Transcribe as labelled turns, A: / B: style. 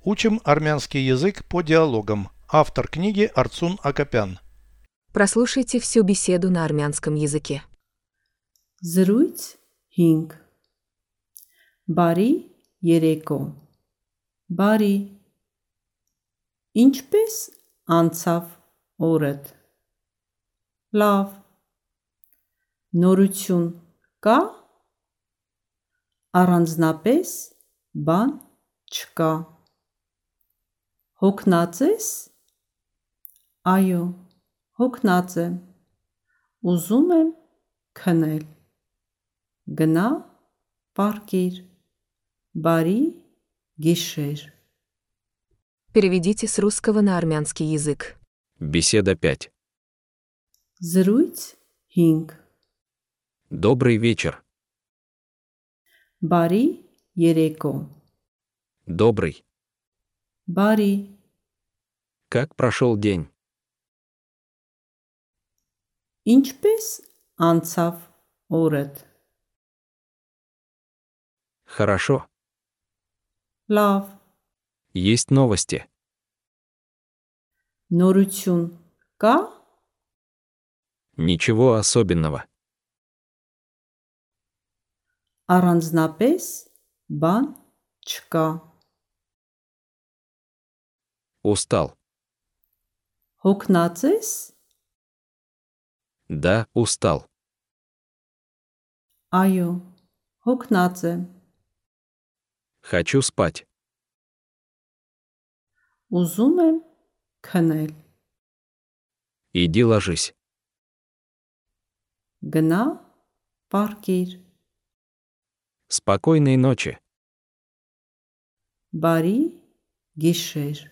A: Учим армянский язык по диалогам. Автор книги Арцун Акопян.
B: Прослушайте всю беседу на армянском языке.
C: Զրույց 5 Բարի երեկո Բարի Ինչպես անցավ օրդ Լավ Նորություն կա Առանձնապես բան չկա Հոգնած ես Այո հոգնած եմ Ուզում եմ քնել Գնա պարկիր Բարի գիշեր
B: Переведите с русского на армянский язык.
D: Беседа 5.
C: Զրույց 5
D: Добрый вечер.
C: Բարի երեկո
D: Добрый.
C: Բարի
D: Как прошел день?
C: Ինչպես անցավ օրդ
D: Хорошо.
C: Լավ
D: Есть новости.
C: նորություն կա
D: Ничего особенного.
C: առանձնապես բան չկա
D: Устал.
C: հոգնած ես
D: Да, устал.
C: այո հոգնած եմ
D: Хочу спать.
C: ուզում եմ քնել
D: Иди ложись.
C: գնա պարկիր
D: Спокойной ночи.
C: բարի գիշեր